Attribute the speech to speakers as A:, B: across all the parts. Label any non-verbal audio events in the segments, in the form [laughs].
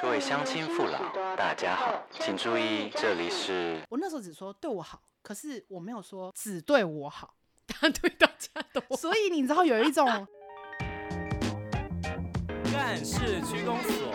A: 各位乡亲父老，大家好，请注意，这里是
B: 我那时候只说对我好，可是我没有说只对我好，
C: 他 [laughs] 对大家都好
B: 所以你知道有一种
A: 干事区公所。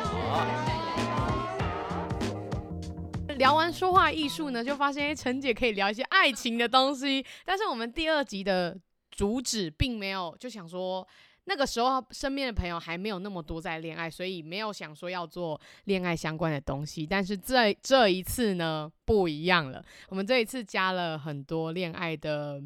C: 聊完说话艺术呢，就发现哎陈姐可以聊一些爱情的东西，但是我们第二集的主旨并没有就想说。那个时候，身边的朋友还没有那么多在恋爱，所以没有想说要做恋爱相关的东西。但是这这一次呢，不一样了。我们这一次加了很多恋爱的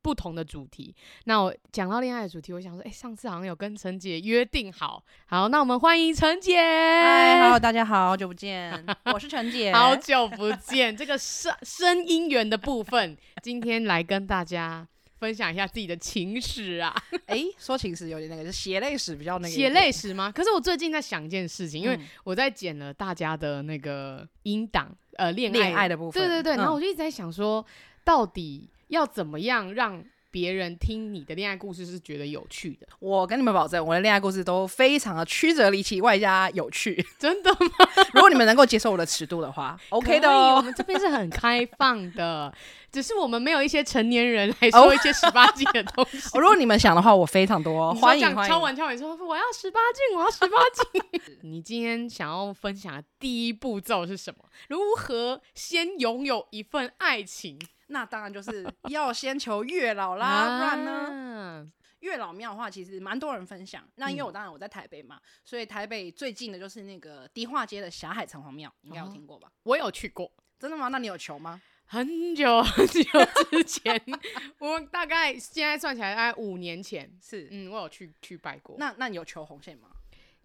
C: 不同的主题。那我讲到恋爱的主题，我想说，哎、上次好像有跟陈姐约定好，好，那我们欢迎陈姐。
D: 嗨，Hello，大家好，久不见，我是陈姐。
C: [laughs] 好久不见，这个声声姻缘的部分，今天来跟大家分享一下自己的情史啊，
B: 哎、说情史有点那个，是血泪史比较那个一
C: 血
B: 点。
C: 泪史吗？可是我最近在想一件事情，因为
D: 嗯
C: 我在剪了大家的那个音档，呃，恋爱，
D: 恋爱的部分，
C: 对对对，然后我
D: 嗯
C: 就一直在想说，到底要怎么样让别人听你的恋爱故事是觉得有趣的？ [laughs]
D: 我跟你们保证，我的恋爱故事都非常的曲折离奇，外加有趣。
C: 真的吗
D: 如果你们能够接受我的尺度的
C: [laughs]
D: 话，OK 的
C: 可以我
D: 哦。
C: 们这边是很开放的，只是我们没有一些成年人来说
D: 哦
C: 一些十八禁的东西。
D: [laughs] 哦如果你们想的话，我非常多哦，
C: 你说
D: 欢迎
C: 这样
D: 欢
C: 敲
D: 迎。
C: 完敲完说我要十八禁，我要十八禁。 [laughs] 你今天想要分享的第一步骤是什么？如何先拥有一份爱情
D: 那当然就是要先求月老啦，
C: 啊
D: 不然呢？
C: 呢？
D: 月老庙的话，其实蛮多人分享。那因为
C: 嗯
D: 我当然我在台北嘛，所以台北最近的就是那个迪化街的霞海城隍庙，你应该有
C: 哦
D: 听过吧？
C: 我有去过。
D: 真的吗？那你有求吗？
C: 很久很久之前，我大概现在算起来大概五年前，
D: 是
C: 嗯，我有去去拜过。
D: 那那你有求红线吗？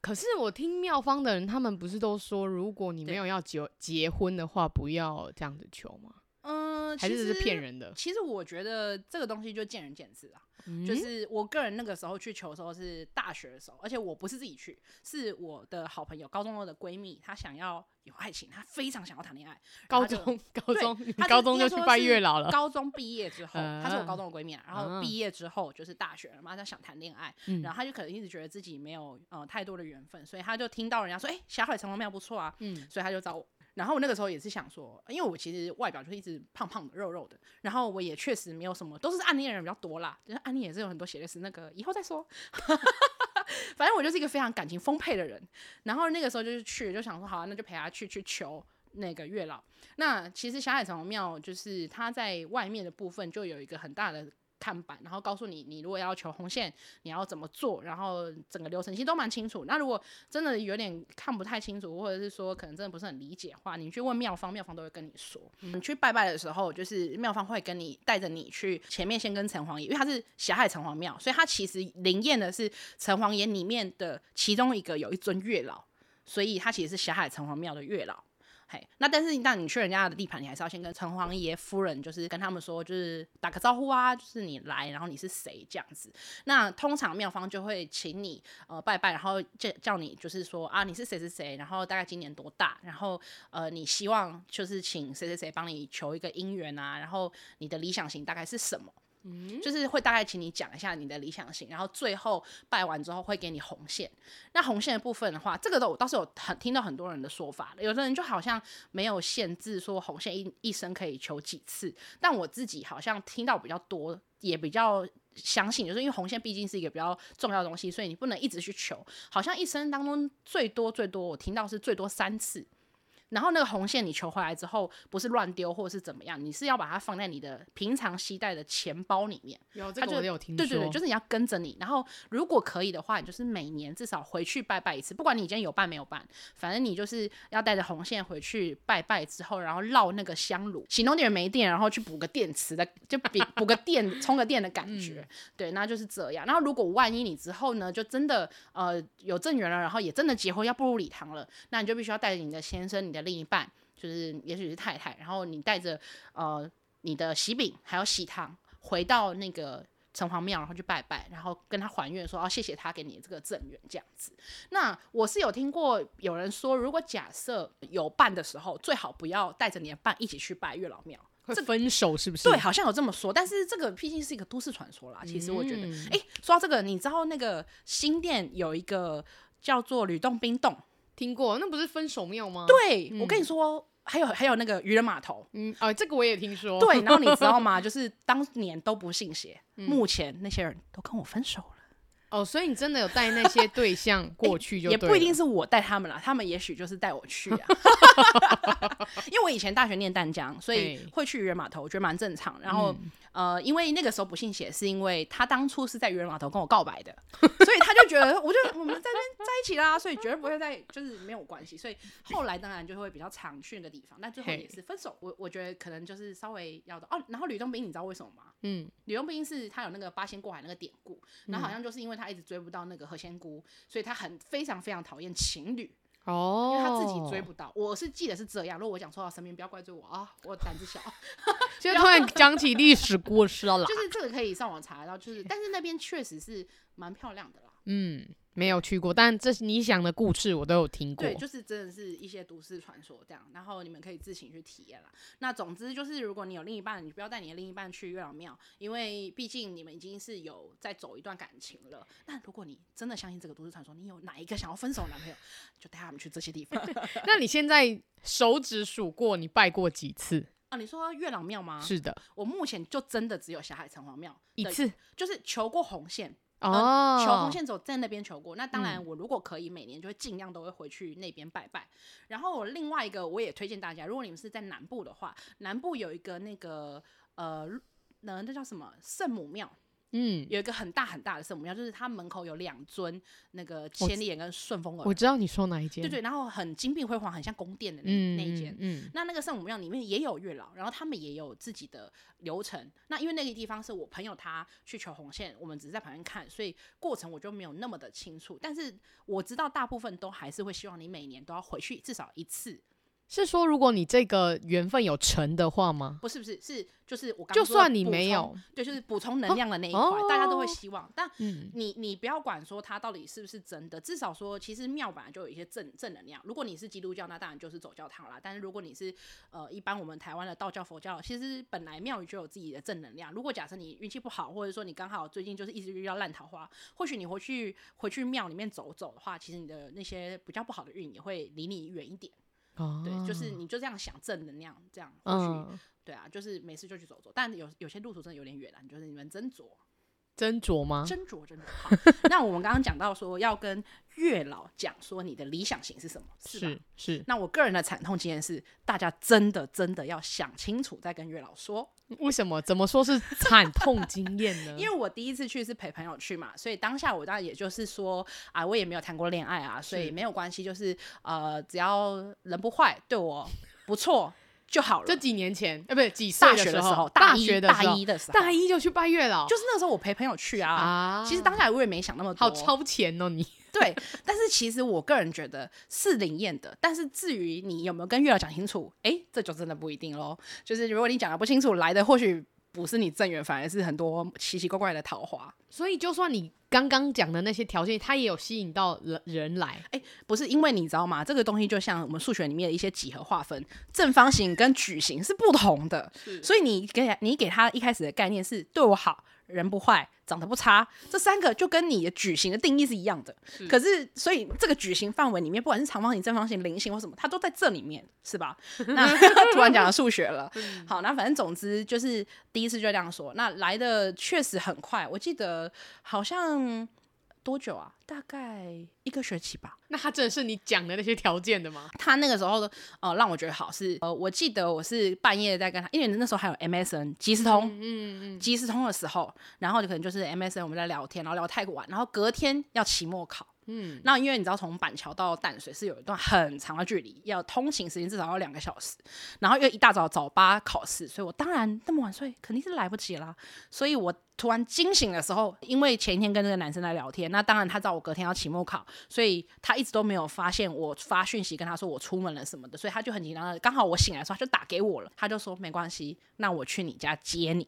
C: 可是我听妙方的人，他们不是都说，如果你
D: 对
C: 没有要结结婚的话，不要这样子求吗？
D: 嗯，
C: 还是
D: 其
C: 这
D: 实
C: 是骗人的？
D: 其实我觉得这个东西就见仁见智啦。就
C: 嗯
D: 是我个人那个时候去求的时候是大学的时候，而且我不是自己去，是我的好朋友高中的闺蜜，她想要有爱情，她非常想要谈恋爱。
C: 高
D: 她就
C: 中，高
D: 对
C: 中，你
D: 她
C: 高
D: 是
C: 中
D: 应该
C: 就去
D: 说
C: 拜
D: 是
C: 月老了。
D: 高中毕业
C: [laughs]
D: 之后，她是我
C: 啊
D: 高中的闺蜜啊，然
C: 啊
D: 后毕业之后就是大学了嘛，她想谈恋爱，
C: 嗯
D: 然后她就可能一直觉得自己没有呃太多的缘分，所以她就听到人家说，哎、霞海城隍庙不错啊，
C: 嗯，
D: 所以他就找我。然后我那个时候也是想说，因为我其实外表就是一直胖胖的、肉肉的，然后我也确实没有什么，都是暗恋的人比较多啦，就是暗恋也是有很多写的是那个以后再说。 [laughs] 反正我就是一个非常感情丰沛的人。然后那个时候就是去，就想说好啊、那就陪他去去求那个月老。那其实霞海城隍庙就是它在外面的部分就有一个很大的。看板，然后告诉你，你如果要求红线，你要怎么做，然后整个流程其实都蛮清楚。那如果真的有点看不太清楚，或者是说可能真的不是很理解的话，你去问妙方，妙方都会跟你说。你去拜拜的时候，就是妙方会跟你带着你去前面先跟城隍爷，因为它是霞海城隍庙，所以它其实灵验的是城隍爷里面的其中一个有一尊月老，所以它其实是霞海城隍庙的月老。嘿，那但是当你去人家的地盘，你还是要先跟城隍爷夫人，就是跟他们说，就是打个招呼啊，就是你来，然后你是谁这样子。那通常妙方就会请你呃拜拜，然后叫叫你就是说啊你是谁谁谁，然后大概今年多大，然后呃你希望就是请谁谁谁帮你求一个姻缘啊，然后你的理想型大概是什么？嗯，就是会大概请你讲一下你的理想型，然后最后拜完之后会给你红线。那红线的部分的话，这个都我倒是有很听到很多人的说法，有的人就好像没有限制说红线一一生可以求几次，但我自己好像听到比较多，也比较相信，就是因为红线毕竟是一个比较重要的东西，所以你不能一直去求。好像一生当中最多最多，我听到是最多三次。然后那个红线你求回来之后，不是乱丢或者是怎么样，你是要把它放在你的平常携带的钱包里面。
C: 有这
D: 他
C: 个
D: 就
C: 我有听说，
D: 对对对，就是是你要跟着你，然后如果可以的话，你就是每年至少回去拜拜一次，不管你今天有拜没有拜，反正你就是要带着红线回去拜拜之后，然后绕那个香炉，行动电源没电，然后去补个电池的，就比补个电充个电的感
C: 嗯
D: 觉。对，那就是这样。然后如果万一你之后呢，就真的呃有正缘了，然后也真的结婚要步入礼堂了，那你就必须要带着你的先生、你的另一半，就是也许是太太，然后你带着呃你的喜饼还有喜糖回到那个城隍庙，然后去拜拜，然后跟他还愿说哦，谢谢他给你这个正缘这样子。那我是有听过有人说，如果假设有伴的时候，最好不要带着你的伴一起去拜月老庙。
C: 会分手是不是？
D: 对，好像有这么说，但是这个毕竟是一个都市传说啦。其实我觉
C: 嗯
D: 得，哎、说到这个，你知道那个新店有一个叫做吕洞宾洞，
C: 听过，那不是分手庙吗？，
D: 对，
C: 嗯
D: 我跟你说，还有还有那个渔人码头。
C: 嗯，哦，这个我也听说。
D: 对，然后你知道吗？ [laughs] 就是当年都不信邪，
C: 嗯
D: 目前那些人都跟我分手了。
C: 哦，所以你真的有带那些对象过去就
D: 也
C: 对
D: 不一
C: 了
D: 定是我带他们啦，他们也许就是带我去
C: [laughs]
D: 啊。因为我以前大学念淡江，所以
C: 嘿
D: 会去渔人码头，我觉得蛮正常。然后、
C: 嗯
D: 呃，因为那个时候不信邪，是因为他当初是在渔人码头跟我告白的，所以他就觉得，我就我们在那边在一起啦，所以绝对不会再就是没有关系。所以后来当然就会比较常去那个地方，但最后
C: 嘿
D: 也是分手。我我觉得可能就是稍微要的哦。然后吕洞宾，你知道为什么吗？
C: 嗯，
D: 吕洞宾是他有那个八仙过海那个典故，然后好像就是因为他一直追不到那个何仙姑，所以他很非常非常讨厌情侣，因
C: 哦，
D: 为他自己追，不到。我是记得是这样，如果我讲错话，神明不要怪罪我啊，我胆子小。 [laughs]
C: 就突然讲起历史故事了啦。
D: 就是这个可以上网查得到，就是但是那边确实是蛮漂亮的啦。
C: 嗯，没有去过，但这是你想的故事我都有听过
D: 对，。就是真的是一些都市传说这样，然后你们可以自行去体验啦。那总之就是，如果你有另一半，你不要带你的另一半去月老庙，因为毕竟你们已经是有在走一段感情了。那如果你真的相信这个都市传说，你有哪一个想要分手的男朋友，就带他们去这些地方 [laughs]
C: 那你现在手指数过你拜过几次？
D: 啊。你说月老庙吗？
C: 是的，
D: 我目前就真的只有霞海城隍庙
C: 一
D: 的，
C: 次
D: 就是求过红线，
C: 哦，
D: 求红线走在那边求过。那当然，
C: 嗯
D: 我如果可以，每年就会尽量都会回去那边拜拜。然后我另外一个我也推荐大家，如果你们是在南部的话，南部有一个那个呃。那那叫什么圣母庙？
C: 嗯，
D: 有一个很大很大的圣母庙，就是它门口有两尊那个千里眼跟顺风
C: 我
D: 耳，
C: 知道你说哪一间，
D: 对对，然后很金碧辉煌，很像宫殿的那、
C: 嗯，嗯，
D: 那一间。
C: 嗯，
D: 那那个圣母庙里面也有月老，然后他们也有自己的流程。那因为那个地方是我朋友他去求红线，我们只是在旁边看，所以过程我就没有那么的清楚。但是我知道大部分都还是会希望你每年都要回去至少一次，
C: 是说如果你这个缘分有成的话吗？
D: 不是不是是就是我刚刚
C: 就
D: 说的
C: 算你
D: 补
C: 没
D: 充
C: 有，哦
D: 对，就是补充能量的那一块，大家都会希望。但
C: 嗯，
D: 你你不要管说它到底是不是真的，至少说其实庙本来就有一些正正能量。如果你是基督教，那当然就是走教堂啦。但是如果你是呃一般我们台湾的道教、佛教，其实本来庙宇就有自己的正能量。如果假设你运气不好，或者说你刚好最近就是一直遇到烂桃花，或许你回去回去庙里面走走的话，其实你的那些比较不好的运也会离你远一点。
C: 哦，
D: 对，就是你就这样想正能量，这样或许、
C: 嗯，
D: 对啊，就是没事就去走走。但有有些路途真的有点远啊，就是你们斟酌。
C: 斟酌吗？
D: 斟酌斟酌。好，那我们刚刚讲到说要跟月老讲说你的理想型是什么，是吧？
C: 是是，
D: 那我个人的惨痛经验是，大家真的真的要想清楚再跟月老说，
C: [laughs] 为什么？怎么说是惨痛经验呢？
D: 嗯 [laughs] 因为我第一次去是陪朋友去嘛，所以当下我当然也就是说啊，我也没有谈过恋爱啊，所以没有关系，就是呃，只要人不坏，对我不错就好了。
C: 这几年前，呃，不是几
D: 大
C: 岁
D: 学
C: 时
D: 的时候，
C: 大
D: 一
C: 学的
D: 大
C: 时候
D: 一的时候，
C: 大一就去拜月老，
D: 就是那个时候我陪朋友去啊。
C: 啊
D: 其实当下我也没想那么多，
C: 好超
D: [laughs]
C: 前哦，你
D: 对，但是其实我个人觉得是灵验的，但是至于你有没有跟月老讲清楚，诶，这就真的不一定喽。就是如果你讲的不清楚，来的或许不是你正缘，反而是很多奇奇怪怪的桃花。
C: 所以就算你刚刚讲的那些条件，它也有吸引到人人来。
D: [laughs] 诶，不是因为你知道吗？这个东西就像我们数学里面的一些几何划分，正方形跟矩形是不同的，所以你给你给他一开始的概念是对我好。人不坏，长得不差，这三个就跟你的矩形的定义是一样的。可是，所以这个矩形范围里面，不管是长方形、正方形、菱形或什么，它都在这里面，是 [laughs] 吧？那突然讲了数学 [laughs] 了。好，那反正总之就是第一次就这样说。那来的确实很快，我记得好像多久啊？大概一个学期吧。
C: 那它真的是你讲的那些条件的吗？
D: 他那个时候的呃，让我觉得好是呃，我记得我是半夜在跟他，因为那时候还有 MSN 即时通，
C: 嗯嗯，
D: 即时通的时候，然后就可能就是 MSN 我们在聊天，然后聊太晚，然后隔天要期末考，
C: 嗯，
D: 那因为你知道从板桥到淡水是有一段很长的距离，要通勤时间至少要两个小时，然后又一大早早八考试，所以我当然那么晚睡肯定是来不及啦，所以我。突然惊醒的时候，因为前一天跟那个男生在聊天，那当然他知道我隔天要期末考，所以他一直都没有发现我发讯息跟他说我出门了什么的，所以他就很紧张的。刚好我醒来的时候，他就打给我了，他就说没关系，那我去你家接你。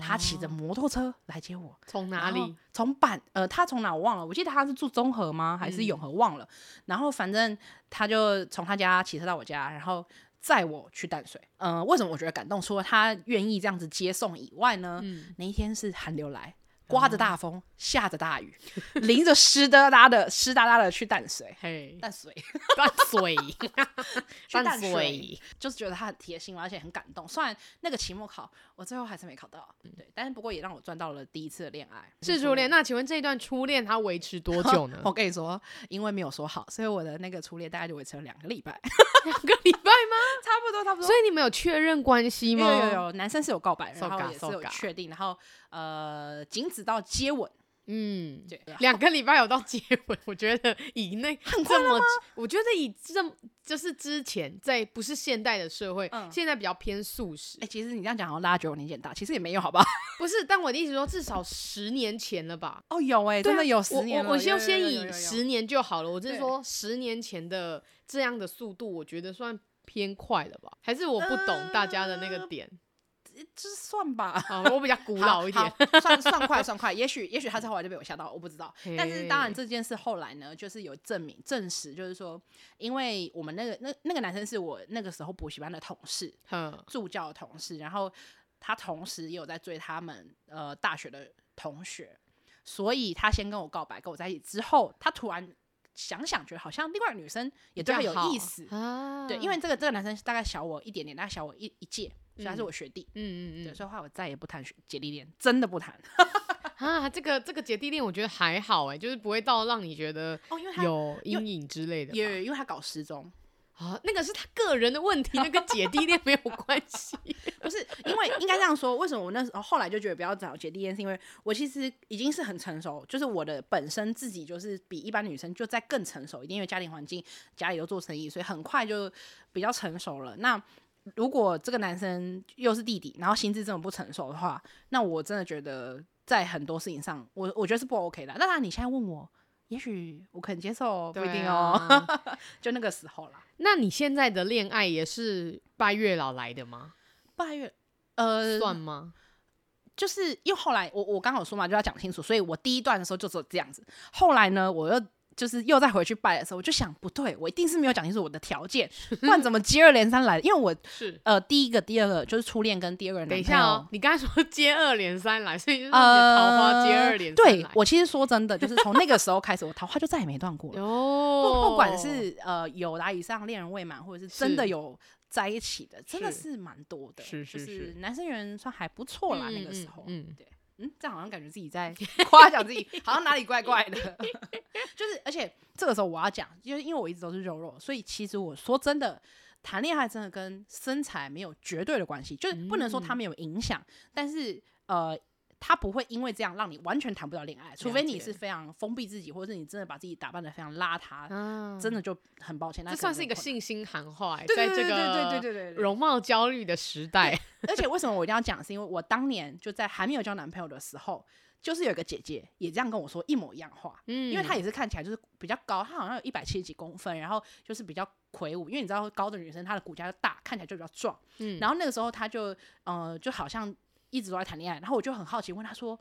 D: 他骑着摩托车来接我，
C: 从
D: 然
C: 哪
D: 后
C: 里？？
D: 从板呃，他从哪我忘了，我记得他是住中和吗？还是永
C: 嗯
D: 和？忘了。然后反正他就从他家骑车到我家，然后载我去淡水。呃嗯、为什么我觉得感动？除了他愿意这样子接送以外呢？那一天是寒流来，刮着大风，下着大雨， [laughs] 淋着湿哒哒的、湿哒哒的去淡水，
C: 嘿， [laughs]
D: 淡水
C: 淡水，
D: [laughs] 去
C: 淡
D: 淡
C: 水，
D: 就是觉得他很贴心嘛，而且很感动。虽然那个期末考我最后还是没考到，对，但是不过也让我赚到了第一次的恋爱，
C: 是初嗯
D: 嗯？
C: 恋。那请问这一段初恋它维持多久呢
D: 我跟你说，因为没有说好，所以我的那个初恋大概就维持了 [laughs] 两个礼拜，
C: 两个礼拜吗？
D: [laughs] 差不多，差不
C: 所。以你们有确认关系
D: 有
C: 吗？
D: 有有，男生是有告白，
C: So
D: 然后
C: ga,
D: 也是
C: so
D: 有
C: ga
D: 确定，然后呃，仅止到接吻，
C: 嗯，
D: 对，
C: [laughs] 两个礼拜有到结尾，我觉得以那这么，我觉得以这么就是之前在不是现代的社会，
D: 嗯
C: 现在比较偏素食
D: 哎、，其实你这样讲好像大家觉得我年纪很大，其实也没有，好不好？
C: 不是。但我的意思说，至少十年前了吧？
D: [laughs] 哦，有哎、
C: 对
D: 真
C: 啊
D: 的有十年
C: 我我我
D: 了
C: 就
D: 有
C: 先
D: 有有有
C: 以
D: 有
C: 十年就好了。我是
D: 对
C: 说，十年前的这样的速度，我觉得算偏快了吧？还是我不懂大家的那个点？
D: 就是算吧。
C: 啊，我比较古
D: 呃好
C: 老一点。
D: [laughs] 好算算快算快，也许也许他是后来就被我吓到，我不知道。但是当然
C: 嘿
D: 这件事后来呢，就是有证明证实，就是说，因为我们那个那那个男生是我那个时候补习班的同事，
C: 哼，
D: 助教的同事，然后他同时也有在追他们呃大学的同学，所以他先跟我告白，跟我在一起之后，他突然想想觉得好像另外一个女生也对他有意思， [laughs]
C: 啊
D: 对，因为这个这个男生大概小我一点点，大概小我一一届，所以他是我学弟。
C: 嗯嗯
D: 对，
C: 嗯，
D: 所以后来我再也不谈学姐弟恋，真的不
C: [laughs]
D: 谈。
C: 啊，这个这个姐弟恋我觉得还好哎，就是不会到让你觉得
D: 哦，因为
C: 有
D: 因为
C: 阴影之类的吧。
D: 也因为他搞失踪，
C: 啊，那个是他个人的问题，那跟姐弟恋没有关
D: [laughs]
C: 系。
D: 不是因为应该这样说，为什么我那时候后来就觉得不要找姐弟恋，是因为我其实已经是很成熟，就是我的本身自己就是比一般女生就在更成熟一点，因为家庭环境家里都做生意，所以很快就比较成熟了。那如果这个男生又是弟弟，然后心智这么不成熟的话，那我真的觉得在很多事情上，我我觉得是不 OK 的。啊那当然，你现在问我，也许我肯接受，不一定哦，
C: 对啊
D: 就那个时候啦。
C: [laughs] 那你现在的恋爱也是拜月老来的吗？
D: 八月，呃，
C: 算吗？
D: 就是因为后来我我刚好说嘛，就要讲清楚，所以我第一段的时候就只有这样子。后来呢，我又就是又再回去拜的时候，我就想不对，我一定是没有讲清楚我的条
C: [laughs]
D: 件，不然怎么接二连三来？因为我
C: 是。
D: 呃第一个、第二个就是初恋跟第二个男
C: 等
D: 朋
C: 一
D: 友。
C: 下哦，你刚才说接二连三来，所以就是你的
D: 呃，
C: 桃花接二连三来。
D: 对我其实说真的，就是从那个时候开始，我桃花就再也没断过了。
C: 哦，
D: 不不管是呃有来以上恋人未满，或者是真的
C: 是
D: 有在一起的，真的
C: 是
D: 是蛮多的。
C: 是
D: 就
C: 是
D: 是是男生缘算还不错啦，那个时候。
C: 嗯，嗯嗯
D: 嗯，这样好像感觉自己在夸奖自己，好像哪里怪怪的。就是，而且这个时候我要讲，就是因为我一直都是肉肉，所以其实我说真的，谈恋爱真的跟身材没有绝对的关系，就是不能说它没有影响，但是呃。它不会因为这样让你完全谈不到恋爱，除非你
C: 解
D: 是非常封闭自己，或者是你真的把自己打扮的非常邋遢，
C: 啊
D: 真的就很抱歉。那
C: 这
D: 可
C: 算
D: 能
C: 是一
D: 有
C: 个
D: 困难，
C: 信心喊话、欸，
D: 对
C: 在
D: 对
C: 这
D: 对对对
C: 个
D: 对对对对。
C: 容貌焦虑的时代，
D: 而且为什么我一定要讲，是因为我当年就在还没有交男朋友的时候，就是有一个姐姐也这样跟我说一模一样话，
C: 嗯
D: 因为她也是看起来就是比较高，她好像有一百七十几公分，然后就是比较魁梧，因为你知道高的女生她的骨架就大，看起来就比较壮。
C: 嗯
D: 然后那个时候她就呃就好像一直都在谈恋爱，然后我就很好奇问她说，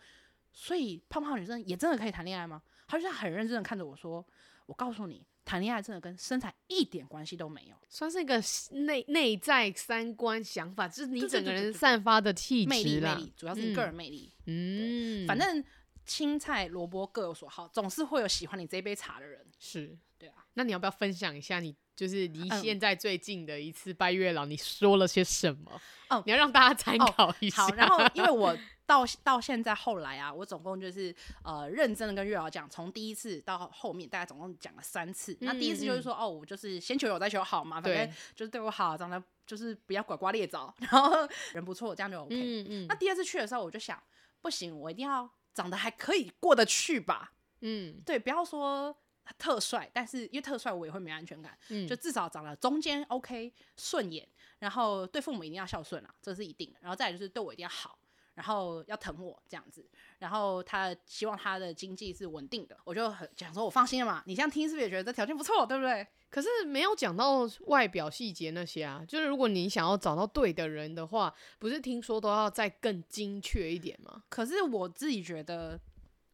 D: 所以胖胖的女生也真的可以谈恋爱吗？她就这样很认真的看着我说，我告诉你，谈恋爱真的跟身材一点关系都没有。
C: 算是一个内内在三观想法，就是你
D: 对对
C: 整个
D: 对对
C: 人
D: 对对
C: 散发的气
D: 魅
C: 质
D: 力，魅
C: 啦。
D: 力，主要是你个
C: 嗯
D: 人魅力。
C: 嗯，
D: 反正青菜萝卜各有所好，总是会有喜欢你这一杯茶的人。
C: 是
D: 对啊。
C: 那你要不要分享一下你就是离
D: 嗯
C: 现在最近的一次拜月老，你说了些什么？
D: 哦
C: 你要让大家参
D: 哦
C: 考一下。
D: 好，
C: [laughs]
D: 然后因为我到到现在后来啊，我总共就是呃认真的跟月老讲，从第一次到后面，大概总共讲了三次。那第一次就是说，哦，我就是先求有再求好嘛，反正
C: 嗯对
D: 就是对我好，长得就是不要拐瓜裂枣， [laughs] 然后人不错，这样就 OK。
C: 嗯嗯
D: 那第二次去的时候，我就想，不行，我一定要长得还可以过得去吧。
C: 嗯
D: 对，不要说特帅，但是因为特帅我也会没安全感，
C: 嗯，
D: 就至少长得中间 OK 顺眼，然后对父母一定要孝顺啊，这是一定的。然后再来就是对我一定要好，然后要疼我这样子。然后他希望他的经济是稳定的，我就很讲说，我放心了嘛。你这样听是不是也觉得这条件不错，对不对？
C: 可是没有讲到外表细节那些啊，就是如果你想要找到对的人的话，不是听说都要再更精确一点吗？
D: 可是我自己觉得，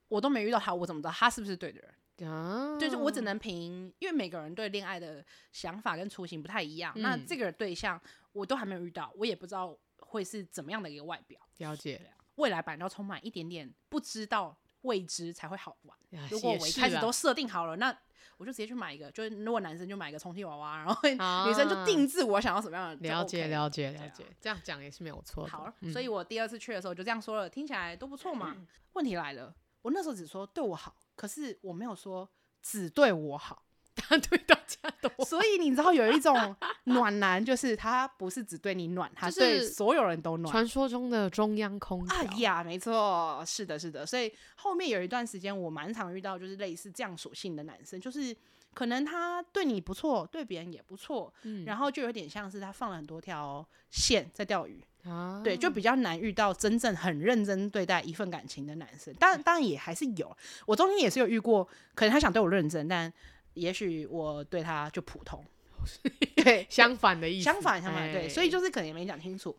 D: 我都没遇到他，我怎么知道他是不是对的人？
C: 啊，
D: 就是我只能凭，因为每个人对恋爱的想法跟雏形不太一样。那
C: 嗯
D: 这个对象我都还没有遇到，我也不知道会是怎么样的一个外表。
C: 了解
D: 对啊未来版要充满一点点不知道未知才会好玩。
C: 呀
D: 如果
C: 也
D: 我一
C: 是
D: 开始
C: 啊
D: 都设定好了，那我就直接去买一个，就是如果男生就买一个充气娃娃，然后
C: 啊
D: [laughs] 女生就定制我想要什么样的。就
C: 了解
D: OK
C: 了解了
D: 对啊
C: 解，这样讲也是没有错的。
D: 好，
C: 嗯
D: 所以我第二次去的时候就这样说了，听起来都不错嘛。问题来了，
B: 我那时候只说对我好，可是我没有说只对我好。
C: 他 [laughs] 对大家
D: [laughs]
C: 都
B: 所以你知道有一种暖男，就是他不是只对你暖，他
C: 就
B: 对
C: 是
B: 所有人都暖。
C: 传说中的中央空调
B: 啊呀，没错，是的，是的。所以后面有一段时间，我蛮常遇到就是类似这样属性的男生，就是可能他对你不错，对别人也不错，
C: 嗯
B: 然后就有点像是他放了很多条线在钓鱼，
C: 啊
B: 对，就比较难遇到真正很认真对待一份感情的男生。当然，当然也还是有，我中间也是有遇过，可能他想对我认真，但也许我对他就普通，
C: [laughs]
B: 对，
C: 相反的意思，
B: 相反相反，对，所以
C: 哎
B: 就是可能也没讲清楚。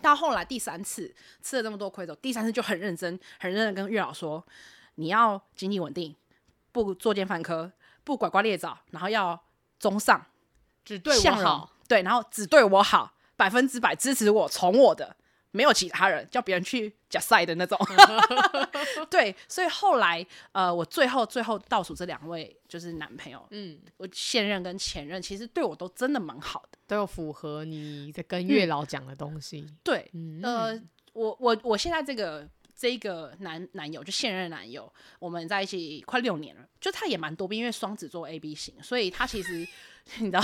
D: 到后来第三次吃了这么多亏之后，第三次就很认真、很认真地跟月老说，你要经济稳定，不作奸犯科，不拐瓜裂枣，然后要中上，
C: 只对我
D: 向荣
C: 好，，
D: 对，然后只对我好，百分之百支持我、宠我的，没有其他人，叫别人去假赛的那
C: [laughs]
D: 种。对，所以后来呃，我最后最后倒数这两位就是男朋友，
C: 嗯，
D: 我现任跟前任，其实对我都真的蛮好的。
C: 都有符合你在跟月老讲的东西。
D: 对，
C: 嗯，
D: 嗯呃，我我我现在这个这个男男友就现任男友，我们在一起快六年了，就他也蛮多变，因为双子座 A B 型，所以他其实 [laughs] 你知道，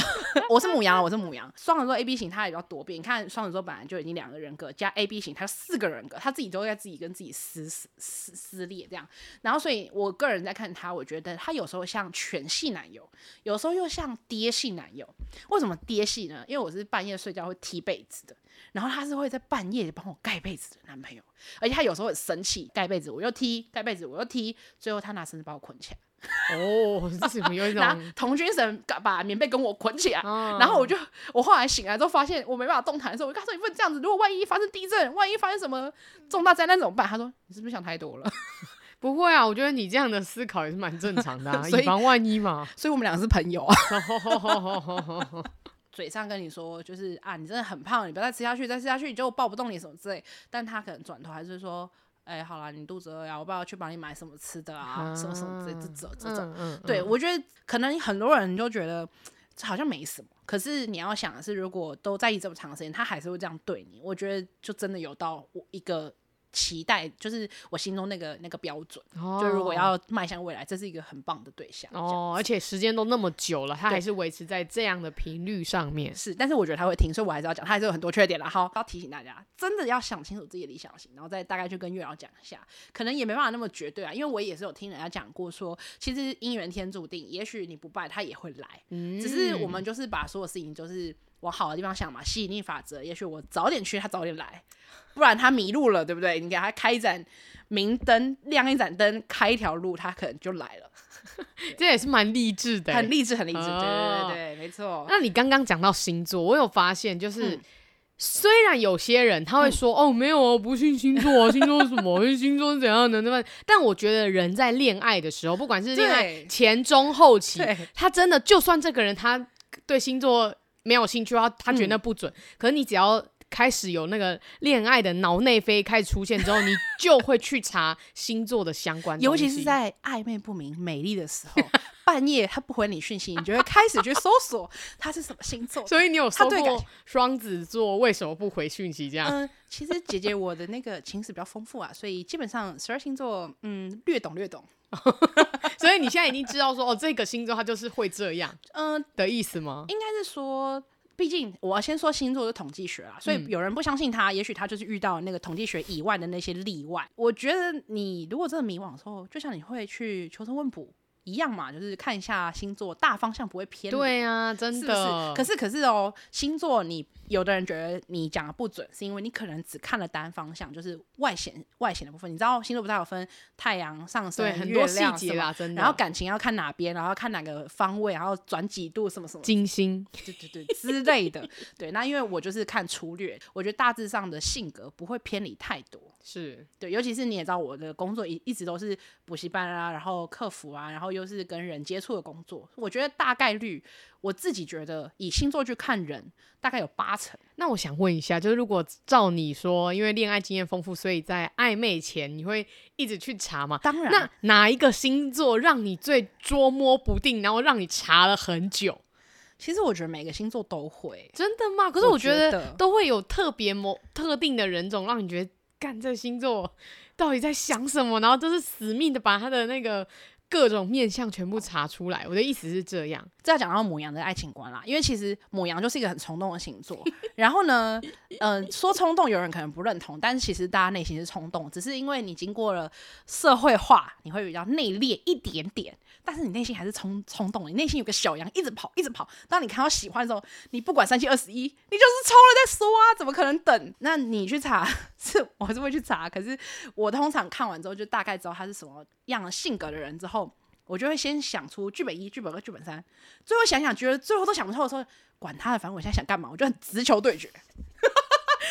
D: 我是母羊啊，我是母羊，双子座 A B 型他也比较多变。你看双子座本来就已经两个人格加 A B 型，他有四个人格，他自己都在自己跟自己撕撕撕撕裂这样。然后，所以我个人在看他，我觉得他有时候像犬系男友，有时候又像爹系男友。为什么爹系呢？因为我是半夜睡觉会踢被子的，然后他是会在半夜帮我盖被子的男朋友，而且他有时候很生气，盖被子我又踢，盖被子我又踢，最后他拿绳子把我捆起来，
C: 哦，这怎
D: [laughs]
C: 么有一种？
D: 拿童军绳把把棉被跟我捆起来。
C: 啊
D: 然后我就，我后来醒来之后发现我没办法动弹的时候，我就跟他说：“你不能这样子，如果万一发生地震，万一发生什么重大灾难怎么办？”他说：“你是不是想太多了
C: 不会啊，我觉得你这样的思考也是蛮正常的、啊，
D: [laughs] 所以
C: 以防万一嘛？”。
D: 所以我们两个是朋友啊。嘴上跟你说就是啊，你真的很胖，你不要再吃下去，再吃下去你就抱不动你什么之类。但他可能转头还是说，哎、好啦，你肚子饿呀、我不要去帮你买什么吃的 [laughs] 啊，什么什么之类，这种这种。
C: 嗯，嗯
D: 对，
C: 嗯
D: 我觉得可能很多人就觉得这好像没什么，可是你要想的是，如果都在意这么长时间，他还是会这样对你，我觉得就真的有到我一个期待，就是我心中那个那个标准。
C: 嗯
D: 就如果要迈向未来，这是一个很棒的对象。这样
C: 哦，而且时间都那么久了，他
D: 对
C: 还是维持在这样的频率上面。
D: 是，但是我觉得他会听，所以我还是要讲，他还是有很多缺点啦。好，要提醒大家，真的要想清楚自己的理想型，然后再大概去跟月老讲一下，可能也没办法那么绝对啊，因为我也是有听人家讲过说，其实姻缘天注定，也许你不拜他也会来，
C: 嗯
D: 只是我们就是把所有事情就是往好的地方想嘛，吸引力法则，也许我早点去，他早点来，不然他迷路了，对不对？你给他开一盏明灯，亮一盏灯，开一条路，他可能就来了，
C: 这也是蛮励志的欸，
D: 很励志，很励志，对对
C: 哦
D: 对对，没错，
C: 那你刚刚讲到星座，我有发现，就是、
D: 嗯
C: 虽然有些人他会说、哦，没有啊，我不信星座啊，星
D: [laughs]
C: 座是什么？星座是怎样的？那么，但我觉得人在恋爱的时候，不管是恋爱
D: 对
C: 前中后期
D: 对，
C: 他真的就算这个人他对星座没有兴趣，他他觉得那不准，可是你只要。开始有那个恋爱的脑内啡开始出现之后，你就会去查星座的相关东西，
D: 尤其是在暧昧不明、美丽的时候，半夜他不回你讯息，你就会开始去搜索他是什么星座。
C: 所以你有
D: 他
C: 收
D: 对感
C: 过双子座为什么不回讯息这样？
D: 嗯，其实姐姐我的那个情史比较丰富啊，所以基本上十二星座，嗯，略懂略懂。
C: 所以你现在已经知道说，哦，这个星座它就是会这样
D: 嗯，
C: 的意思吗？
D: 应该是说，毕竟我要先说星座是统计学啦，所以
C: 嗯
D: 有人不相信他，也许他就是遇到那个统计学以外的那些例外。我觉得你如果真的迷惘的时候，就像你会去求神问卜一样嘛，就是看一下星座大方向不会偏离。
C: 对啊，真
D: 是不
C: 的
D: 是？。可是可是哦，星座你有的人觉得你讲的不准，是因为你可能只看了单方向，就是外显外显的部分。你知道星座不是还有分太阳上升、
C: 对很多
D: 月
C: 细
D: 亮
C: 节
D: 什么
C: 啦，真的。
D: 然后感情要看哪边，然后看哪个方位，然后转几度什么什么，
C: 金星，
D: 对对对之类的。对，那因为我就是看粗略，我觉得大致上的性格不会偏离太多。
C: 是
D: 对，尤其是你也知道我的工作一一直都是补习班啊，然后客服啊，然后又是跟人接触的工作，我觉得大概率我自己觉得以星座去看人，大概有八成。
C: 那我想问一下，就是如果照你说，因为恋爱经验丰富，所以在暧昧前你会一直去查嘛？
D: 当然，
C: 那哪一个星座让你最捉摸不定，然后让你查了很久？
D: 其实我觉得每个星座都会，
C: 真的吗？可是
D: 我
C: 我觉
D: 觉
C: 得
D: 得
C: 都会有特别某特定的人种，让你觉得干这星座到底在想什么，然后就是死命的把他的那个各种面相全部查出来。我的意思是这样，
D: 这要讲到母羊的爱情观啦，因为其实母羊就是一个很冲动的星座。 [laughs] 然后呢，呃，说冲动有人可能不认同，但是其实大家内心是冲动，只是因为你经过了社会化，你会比较内敛一点点，但是你内心还是冲冲动的，你内心有个小羊一直跑，一直跑。当你看到喜欢的时候，你不管三七二十一，你就是抽了再说啊，怎么可能等？那你去查是我是会去查，可是我通常看完之后就大概知道他是什么样的性格的人之后。我就会先想出剧本一、剧本二、剧本三，最后想想，觉得最后都想不透的时候，管他的，反正我现在想干嘛，我就很直球对决。 [laughs]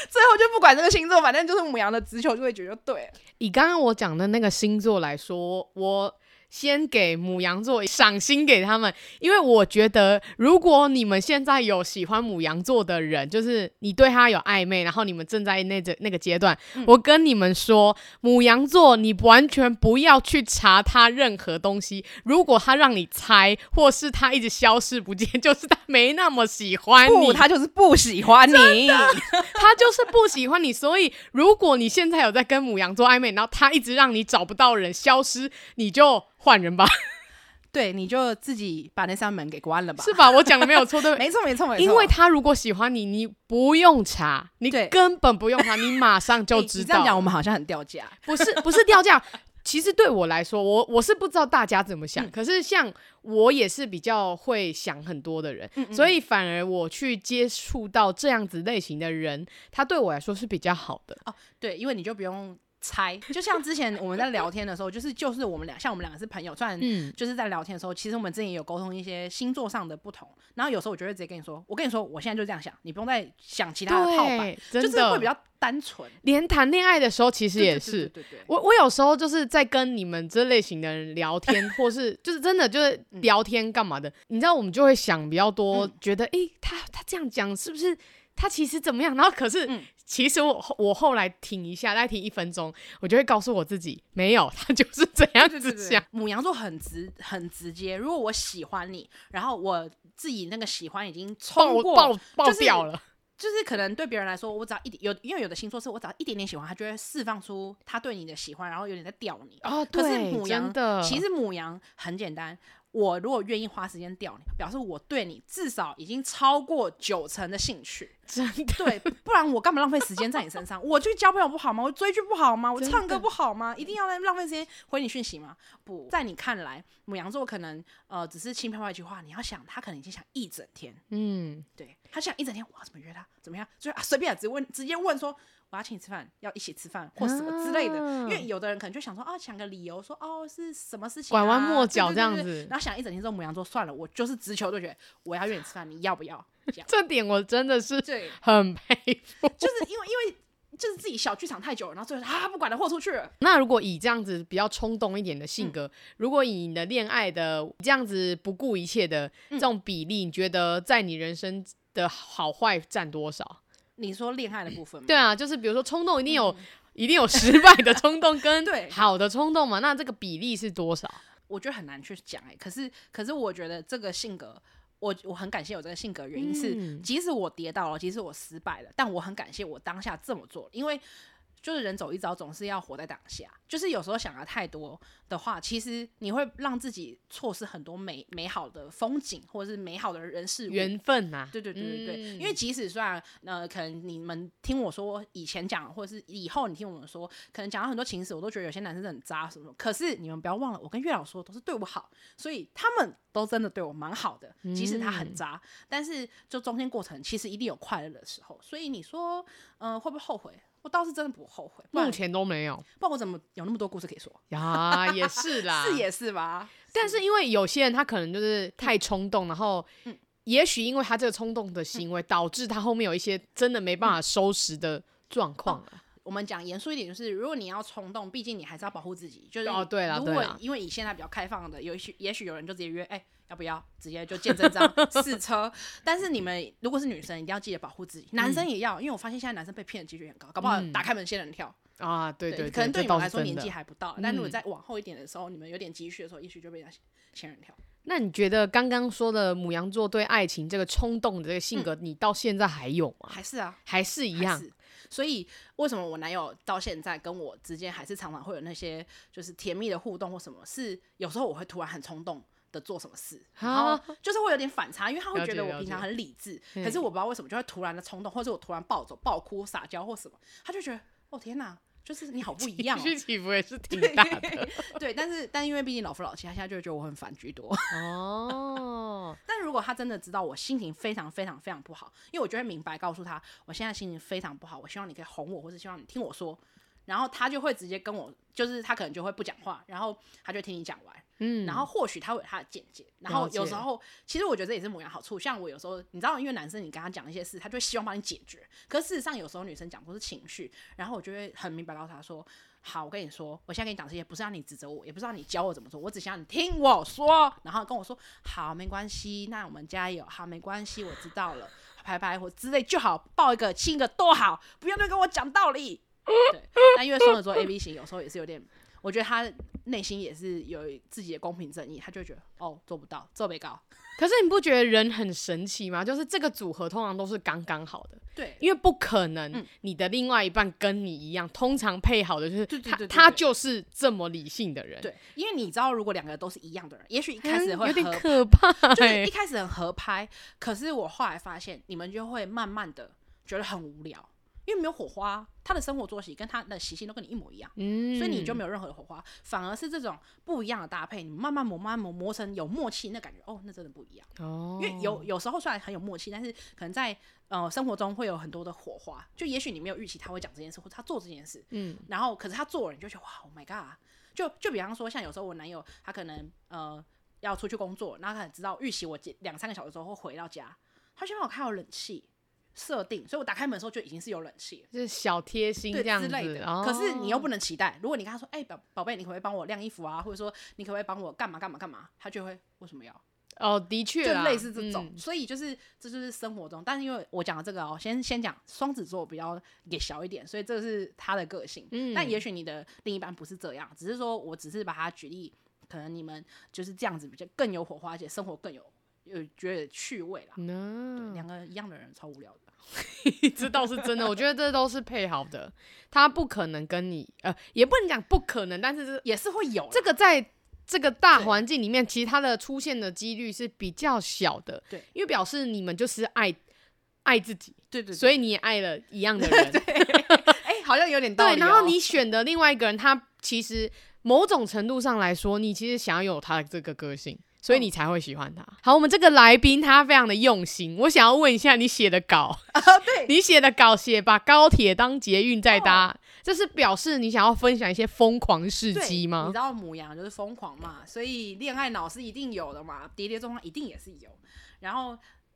D: 最后就不管这个星座，反正就是母羊的直球对决就对了。
C: 以刚刚我讲的那个星座来说，我先给母羊座赏心给他们，因为我觉得如果你们现在有喜欢母羊座的人，就是你对他有暧昧，然后你们正在那个那个阶段，我跟你们说，母羊座你完全不要去查他任何东西，如果他让你猜，或是他一直消失不见， [laughs] 就是他没那么喜欢你，
D: 不，他就是不喜欢你。
C: 他就是不喜欢你，所以如果你现在有在跟母羊做暧昧，然后他一直让你找不到人消失，你就换人吧，
D: 对，你就自己把那扇门给关了吧。
C: [laughs] 是吧？我 [laughs] 讲的没有错，对不对？
D: 没错，没错，没错。
C: 因为他如果喜欢你，你不用查，你
D: 对
C: 根本不用查，你马上就
D: 哎
C: 知
D: 你这样讲，
C: 道。
D: 我们好像很掉价。
C: 不是不是掉价。其实对我来说，我我是不知道大家怎么想，可是像我也是比较会想很多的人，所以反而我去接触到这样子类型的人，他对我来说是比较好的。
D: 对，因为你就不用猜。就像之前我们在聊天的时候，就是就是我们俩，像我们两个是朋友，虽然
C: 嗯，
D: 就是在聊天的时候，其实我们之前也有沟通一些星座上的不同。然后有时候我就会直接跟你说，我跟你说，我现在就这样想，你不用再想其他的套板，
C: 对，真
D: 就
C: 的
D: 是会比较单纯。
C: 连谈恋爱的时候，其实
D: 对
C: 也
D: 对
C: 是。
D: 对对对对
C: 我我有时候就是在跟你们这类型的人聊
D: [laughs]
C: 天，或是就是真的就是
D: 嗯
C: 聊天干嘛的，你知道我们就会想比较多，觉得诶，他他这样讲是不是他其实怎么样？然后可是、
D: 嗯
C: 其实我后我后来停一下，再停一分钟，我就会告诉我自己，没有，他就是这样
D: 对
C: 子
D: 对
C: 想。
D: 对对母羊座很直很直接。如果我喜欢你，然后我自己那个喜欢已经冲
C: 爆
D: 过，
C: 爆爆
D: 就是
C: 掉了，
D: 就是可能对别人来说，我只要一点有，因为有的星座是我只要一点点喜欢，他就会释放出他对你的喜欢，然后有点在吊你。
C: 哦，
D: 可是
C: 对
D: 母羊
C: 真的，
D: 其实母羊很简单，我如果愿意花时间吊你，表示我对你至少已经超过九成的兴趣。
C: 真的
D: 对，不然我干嘛浪费时间在你身上？ [laughs] 我去交朋友不好吗？我追剧不好吗？我
C: 真
D: 唱歌
C: 的
D: 不好吗？一定要在浪费时间回你讯息吗？不，在你看来，母羊座可能呃只是轻飘飘一句话，你要想他可能已经想一整天，
C: 嗯，
D: 对他想一整天，我要怎么约他？怎么样？所以啊，随便啊直问直接问说我要请你吃饭，要一起吃
C: 啊
D: 饭或什么之类的。因为有的人可能就想说啊，想个理由说哦是什么事情、啊，
C: 拐弯抹
D: 对
C: 角
D: 对
C: 这样
D: 对对
C: 子
D: 然后想一整天之后，母羊座算了，我就是直球对决，我要约你吃饭，你要不要？这样
C: 这点我真的是
D: 对。
C: 很佩服。
D: 就是因为因为就是自己小剧场太久了，然后最后啊不管了，豁出去了。
C: 那如果以这样子比较冲动一点的
D: 嗯
C: 性格，如果以你的恋爱的这样子不顾一切的
D: 嗯
C: 这种比例，你觉得在你人生的好坏占多少？
D: 你说恋爱的部分吗？
C: 对啊，就是比如说冲动一定有、一定有失败的冲动
D: [laughs]
C: 跟
D: 嗯对
C: 好的冲动嘛，那这个比例是多少？
D: 我觉得很难去讲哎、可是可是我觉得这个性格，我我很感谢有这个性格，原因是、
C: 嗯
D: 即使我跌倒了，即使我失败了，但我很感谢我当下这么做，因为。就是人走一遭，总是要活在当下。就是有时候想的太多的话，其实你会让自己错失很多美美好的风景，或者是美好的人事物。
C: 缘分呐、
D: 对对对对对，
C: 嗯
D: 因为即使虽然呃，可能你们听我说以前讲，或者是以后你听我们说，可能讲到很多情史，我都觉得有些男生真的很渣什么的。可是你们不要忘了，我跟月老说都是对我好，所以他们都真的对我蛮好的，即使他很
C: 嗯
D: 渣，但是就中间过程其实一定有快乐的时候。所以你说，呃，会不会后悔？我倒是真的不后悔，不然
C: 目前都没有
D: 不然我怎么有那么多故事可以说？
C: 呀，也是
D: [laughs]
C: 啦，
D: 是也是吧？
C: 啊但是因为有些人他可能就是太冲动，然后
D: 嗯
C: 也许因为
D: 嗯
C: 他这个冲动的行为，导致他后面有一些真的没办法收拾的状况啊。
D: 我们讲严肃一点，就是如果你要冲动，毕竟你还是要保护自己。就是
C: 哦对啦
D: 如
C: 对
D: 果
C: 啦
D: 因为以现在比较开放的，也许也许有人就直接约，哎、要不要直接就见真
C: [laughs]
D: 章试车？但是你们如果是女生，一定要记得保护自己，男生也要，因为我发现现在男生被骗的几率很高，搞不好
C: 嗯
D: 打开门仙人跳。
C: 啊，对对，
D: 可能对
C: 对这
D: 你
C: 倒
D: 们
C: 是
D: 来说
C: 真
D: 年
C: 的
D: 纪还不到，但如果
C: 嗯
D: 再往后一点的时候，你们有点积蓄的时候，也许就被人家仙人跳。
C: 那你觉得刚刚说的母羊座对爱情这个冲动的这个性格，你到现在还有
D: 嗯
C: 吗？
D: 还是啊，
C: 还是一
D: 还
C: 样
D: 是。所以为什么我男友到现在跟我之间还是常常会有那些就是甜蜜的互动或什么？是有时候我会突然很冲动。的做什么事，然后
C: [laughs] 啊
D: 就是会有点反差，因为他会
C: 了
D: 觉
C: 解
D: 得
C: 了
D: 我平常
C: 解
D: 很理智，
C: 嗯
D: 可是我不知道为什么就会突然的冲动，或者我突然暴走、暴哭、撒娇或什么，他就觉得哦天哪，就是你好不一样、
C: 情绪
D: 哦，
C: 起伏也是挺大
D: [laughs]
C: 的
D: 对。但是但因为毕竟老夫老妻，他现在就会觉得我很烦居多，
C: 哦。
D: 但如果他真的知道我心情非常非常非常不好，因为我就会明白告诉他，我现在心情非常不好，我希望你可以哄我，或是希望你听我说，然后他就会直接跟我，就是他可能就会不讲话，然后他就听你讲完，
C: 嗯，
D: 然后或许他会有他的见解，然
C: 了
D: 后有
C: 解
D: 时候其实我觉得这也是母羊好处，像我有时候你知道，因为男生你跟他讲一些事，他就会希望帮你解决，可是事实上有时候女生讲不是情绪，然后我就会很明白告诉他说。好，我跟你说，我现在跟你讲这些，不是让你指责我，也不是让你教我怎么做，我只想你听我说，然后跟我说，好，没关系，那我们加油，好，没关系，我知道了，拍拍或之类就好，抱一个亲一个都好，不要再跟我讲道理。对，但因为双子座 A B 型有时候也是有点，我觉得他内心也是有自己的公平正义，他就会觉得哦做不到，做被告。
C: 可是你不觉得人很神奇吗？就是这个组合通常都是刚刚好的，
D: 对，
C: 因为不可能
D: 嗯
C: 你的另外一半跟你一样，通常配好的就是
D: 对对
C: 他，
D: 对对
C: 他
D: 对
C: 就是这么理性的人。
D: 对，因为你知道，如果两个都是一样的人，也许一
C: 嗯，
D: 开始会
C: 有点
D: 合
C: 可怕
D: 就是
C: 欸
D: 一。开始很合拍，可是我后来发现，你们就会慢慢的觉得很无聊，因为没有火花啊，他的生活作息跟他的习性都跟你一模一样，
C: 嗯
D: 所以你就没有任何的火花，反而是这种不一样的搭配，你慢慢磨，慢慢磨，磨成有默契，那感觉哦，那真的不一样。
C: 哦
D: 因，为有有时候虽然很有默契，但是可能在呃生活中会有很多的火花，就也许你没有预期他会讲这件事，或者他做这件事，
C: 嗯
D: 然后可是他做了，你就觉得哇，Oh my god！就就比方说，像有时候我男友他可能呃要出去工作，然后他很知道预期我几两三个小时之后会回到家，他就让我开好冷气设定，所以我打开门的时候就已经是有冷气了。
C: 就是小贴心
D: 对
C: 这样
D: 之
C: 子
D: 类的，
C: 哦
D: 可是你又不能期待。如果你跟他说：“哎、宝宝贝，你可不可以帮我晾衣服啊？”或者说：“你可不可以帮我干嘛干嘛干嘛？”他就会为什么要？
C: 哦，的确
D: 就
C: 啦
D: 类似这种，
C: 嗯
D: 所以就是这就是生活中，但是因为我讲的这个哦，先先讲双子座比较也小一点，所以这是他的个性。
C: 嗯
D: 但也许你的另一半不是这样，只是说我只是把它举例，可能你们就是这样子比较更有火花，而且生活更有有觉得趣味啦。对
C: 那
D: 两个一样的人超无聊的，
C: 这倒是真的，我觉得这都是配好的，他不可能跟你呃，也不能讲不可能，但是这
D: 也是会有啦
C: 这个在这个大
D: 对
C: 环境里面，其实它的出现的几率是比较小的，
D: 对
C: 因为表示你们就是爱爱自己，
D: 对对
C: 所
D: 以
C: 以你也爱了一样的人，
D: 哎、好像有点道理、
C: 对，然后你选的另外一个人，他其实某种程度上来说，你其实想要有他的这个个性，所以你才会喜欢他。好，我们这个来宾他非常的用心，我想要问一下你写的 [laughs] 稿，
D: 对
C: 你写的稿写把高铁当捷运在搭，这是表示你想要分享一些疯狂事
D: 对
C: 迹
D: 你
C: 吗
D: 知？道母羊就是疯狂嘛，所以恋爱脑是一定有的嘛，跌跌撞撞一定也是有。然后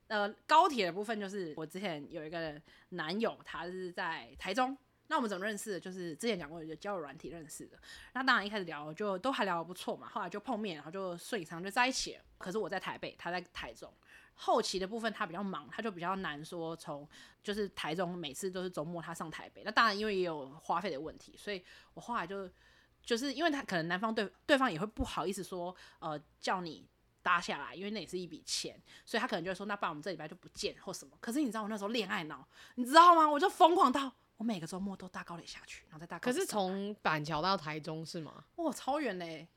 D: 呃，高铁的部分就是我之前有一个男友，他是在台中。那我们怎么认识的？就是之前讲过，就交友软体认识的。那当然一开始聊就都还聊得不错嘛，后来就碰面，然后就顺理成章就在一起了。可是我在台北，他在台中。后期的部分他比较忙，他就比较难说从就是台中每次都是周末他上台北。那当然因为也有花费的问题，所以我后来就就是因为他可能男方对对方也会不好意思说，呃，叫你搭下来，因为那也是一笔钱，所以他可能就会说，那不然我们这礼拜就不见或什么。可是你知道我那时候恋爱脑，你知道吗？我就疯狂到我每个周末都搭高铁下去，然后再搭高
C: 可
D: 铁
C: 是
D: 上来。
C: 从板桥到台中是吗？
D: 哇，超远嘞！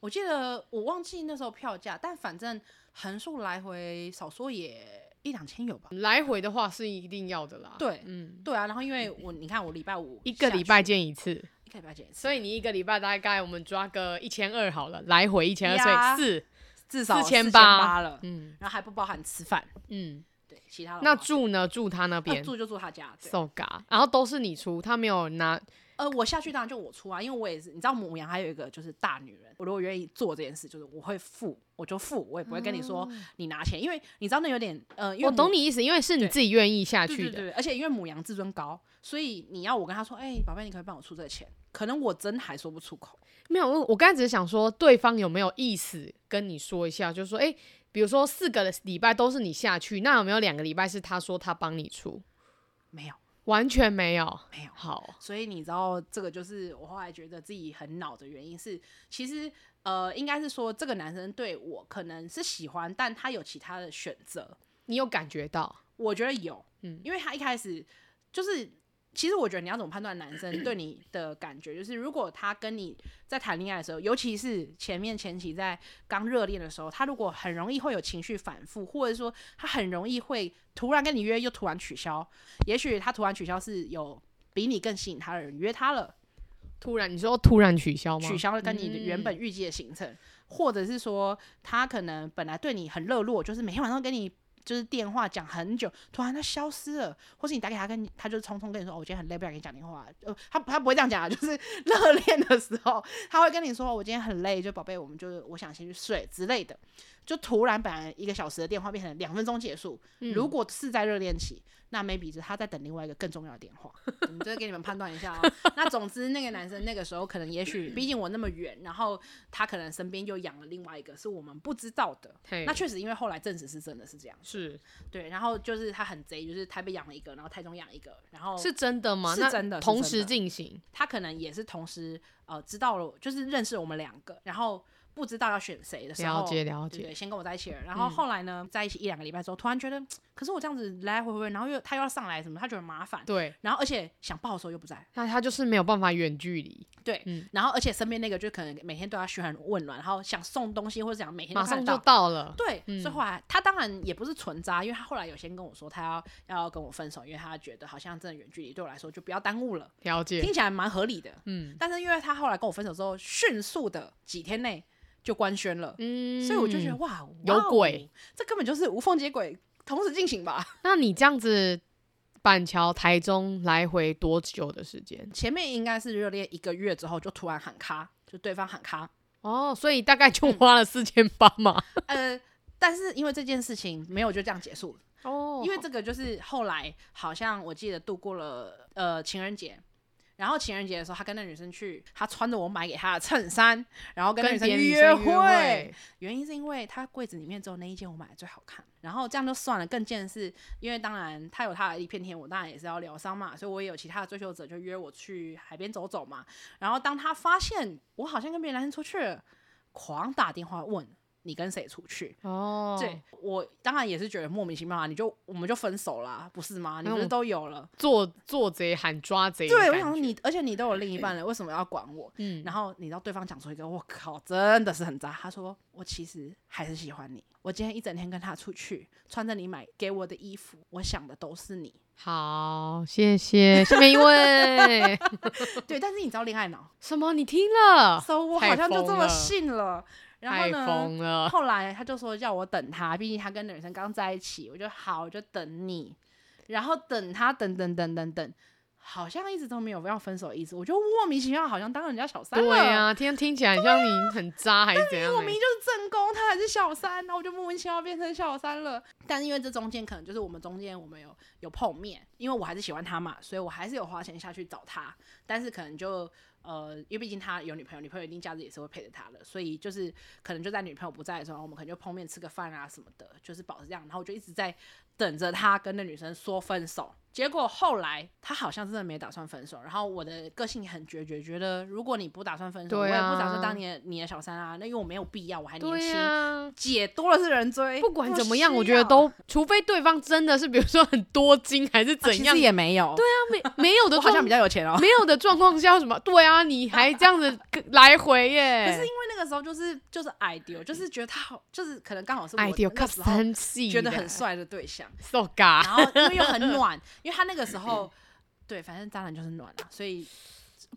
D: 我记得我忘记那时候票价，但反正横竖来回少说也一两千有吧。
C: 来回的话是一定要的啦。
D: 对
C: 嗯，
D: 对啊，然后因为我你看我礼拜五
C: 一个
D: 下
C: 礼拜
D: 去
C: 见一次，
D: 一个礼拜见一次，
C: 所以你一个礼拜大概我们抓个一千二好了，来回一千二，所以
D: 呀
C: 四。
D: 至少
C: 4800
D: 4800了，
C: 嗯
D: 然后还不包含吃饭。
C: 嗯，
D: 对，其他的
C: 那
D: 话
C: 住呢？住他那
D: 哦那
C: 边
D: 住就住他家，对
C: so ga，然后都是你出，他没有拿，
D: 呃，我下去当然就我出啊，因为我也是，你知道母羊还有一个就是大女人，我如果愿意做这件事，就是我会付，我就付，我也不会跟你说你拿钱，因为你知道那有点呃，因为
C: 哦我懂
D: 母
C: 你意思，因为是你
D: 对
C: 自己愿意下
D: 对
C: 去
D: 对
C: 的。
D: 对，而且因为母羊自尊高，所以你要我跟他说，哎、宝贝，你可不可以帮我出这个钱，可能我真还说不出口。
C: 没有，我我刚才只是想说，对方有没有意思跟你说一下，就是说，哎、比如说四个礼拜都是你下去，那有没有两个礼拜是他说他帮你出？
D: 没有，
C: 完全没有。
D: 没有。
C: 好，
D: 所以你知道，这个就是我后来觉得自己很恼的原因是，其实呃，应该是说这个男生对我可能是喜欢，但他有其他的选择，
C: 你有感觉到？
D: 我觉得有，
C: 嗯
D: 嗯，因为他一开始就是，其实我觉得你要怎么判断男生对你的感觉，就是如果他跟你在谈恋爱的时候，尤其是前面前期在刚热恋的时候，他如果很容易会有情绪反复，或者说他很容易会突然跟你约又突然取消，也许他突然取消是有比你更吸引他的人约他了，
C: 突然，你说突然取消吗？
D: 取消了跟你的原本
C: 嗯
D: 预计的行程，或者是说他可能本来对你很热络，就是每天晚上跟你就是电话讲很久，突然他消失了，或是你打给他跟你他就是匆匆跟你说，哦，我今天很累，不想跟你讲电话。呃，他他不会这样讲啊，就是 [laughs] 热恋的时候，他会跟你说，我今天很累，就宝贝，我们就我想先去睡之类的。就突然本来一个小时的电话变成两分钟结束，
C: 嗯
D: 如果是在热恋期，那 maybe 就是他在等另外一个更重要的电话。我们这个给你们判断一下哦。那总之，那个男生那个时候可能也许，毕竟我那么远，然后他可能身边又养了另外一个，是我们不知道的。
C: 嘿
D: 那确实，因为后来证实是真的是这样，
C: 是
D: 对。然后就是他很贼，就是台北养了一个，然后台中养一个，然后
C: 是真的吗？
D: 哦是
C: 那
D: 真的是
C: 同
D: 真
C: 时
D: 的
C: 进行，
D: 他可能也是同时呃知道了，就是认识我们两个，然后不知道要选谁的时候，
C: 了解了
D: 对对，
C: 解。嗯
D: 先跟我在一起了，然后后来呢，在一起一两个礼拜之后，突然觉得，可是我这样子来来回回，然后又他又要上来什么，他觉得麻烦，
C: 对，
D: 然后而且想报的时候又不在，
C: 那他就是没有办法远距离，
D: 对，
C: 嗯
D: 然后而且身边那个就可能每天对他嘘寒问暖，然后想送东西或者想每天都
C: 马
D: 看
C: 上
D: 得
C: 就
D: 到。
C: 到了。
D: 对，
C: 嗯
D: 所以后来他当然也不是纯渣，因为他后来有先跟我说他要要跟我分手，因为他觉得好像真的远距离对我来说就不要耽误了，
C: 了解
D: 听，起来蛮合理的。
C: 嗯
D: 但是因为他后来跟我分手之后，迅速的几天内就官宣了，
C: 嗯
D: 所以我就觉得哇，哇
C: 有
D: 哦
C: 鬼，
D: 这根本就是无缝接轨，同时进行吧。
C: 那你这样子，板桥、台中来回多久的时间？
D: 前面应该是热恋一个月之后，就突然喊卡，就对方喊卡，
C: 哦，所以大概就花了四千八
D: [laughs]
C: 嘛。
D: 呃。但是因为这件事情没有就这样结束，
C: 哦
D: 因为这个就是后来好像我记得度过了呃情人节，然后情人节的时候，他跟那女生去，他穿着我买给他的衬衫，然后跟那
C: 跟
D: 女生
C: 别的女
D: 约
C: 生约会，
D: 原因是因为他柜子里面只有那一件我买的最好看，然后这样就算了。更贱的是，因为当然他有他的一片天，我当然也是要疗伤嘛，所以我也有其他的追求者就约我去海边走走嘛。然后当他发现我好像跟别的男生出去了，狂打电话问你跟谁出去。
C: 哦，
D: 对，我当然也是觉得莫名其妙啊，你就我们就分手啦，不是吗？你
C: 那
D: 不是
C: 我
D: 都有了？
C: 做做贼喊抓贼的感
D: 嗯对，
C: 觉。
D: 我想说你，而且你都有另一半
C: [laughs]
D: 了，为什么要管我？
C: 嗯，
D: 然后你知道对方讲出一个，我靠，真的是很渣。他说我其实还是喜欢你，我今天一整天跟他出去，穿着你买给我的衣服，我想的都是你。
C: 好，谢谢。下面一
D: [laughs]
C: 位，
D: 对，但是你知道恋
C: [laughs]
D: 爱脑，
C: 什么？你听了？
D: 所以我
C: 啊太
D: 好像就这
C: 疯
D: 么
C: 了
D: 信了。然后
C: 太
D: 呢，哦
C: 疯了！
D: 后来他就说叫我等他，毕竟他跟那女生刚在一起，我就好，我就等你。然后等他，等等等等等，好像一直都没有要分手的意思，我就莫名其妙好像当人家小三了。
C: 对啊，天听起来像你很渣还是怎样欸？
D: 啊我明明就是正宫，他还是小三，然后我就莫名其妙变成小三了。但是因为这中间可能就是我们中间我们有有碰面，因为我还是喜欢他嘛，所以我还是有花钱下去找他。但是可能就呃，因为毕竟他有女朋友，女朋友一定假日也是会陪着他的，所以就是可能就在女朋友不在的时候，我们可能就碰面吃个饭啊什么的，就是保持这样。然后我就一直在等着他跟那女生说分手。结果后来他好像真的没打算分手，然后我的个性很决绝，觉得如果你不打算分手，我
C: 对
D: 也
C: 啊
D: 不打算当你的你的小三啊，那因为我没有必要，我还年
C: 对啊
D: 轻，
C: 呀，
D: 姐多了是人追，
C: 不管怎么样，
D: 哎需
C: 我觉得
D: 要哦
C: 都，除非对方真的是，比如说很多金还是
D: 啊
C: 怎
D: 其
C: 样
D: 实，也没有，对啊，
C: 没
D: [laughs]
C: 没有的
D: 我好
C: 状
D: 像比较有钱哦。
C: 没有的状况下，什么？对啊，你还这样子跟来回耶？
D: [laughs] 可是因为那个时候就是就是 ideal，就是觉得他好，就是可能刚好是我
C: 哎，丢
D: 那
C: 看
D: 时候
C: 三系，
D: 觉得很，帅的对象，
C: so ga，
D: 然后因为又很 [laughs] 暖，因为他那个时 [laughs] 候对，反正渣男就是暖啊，所以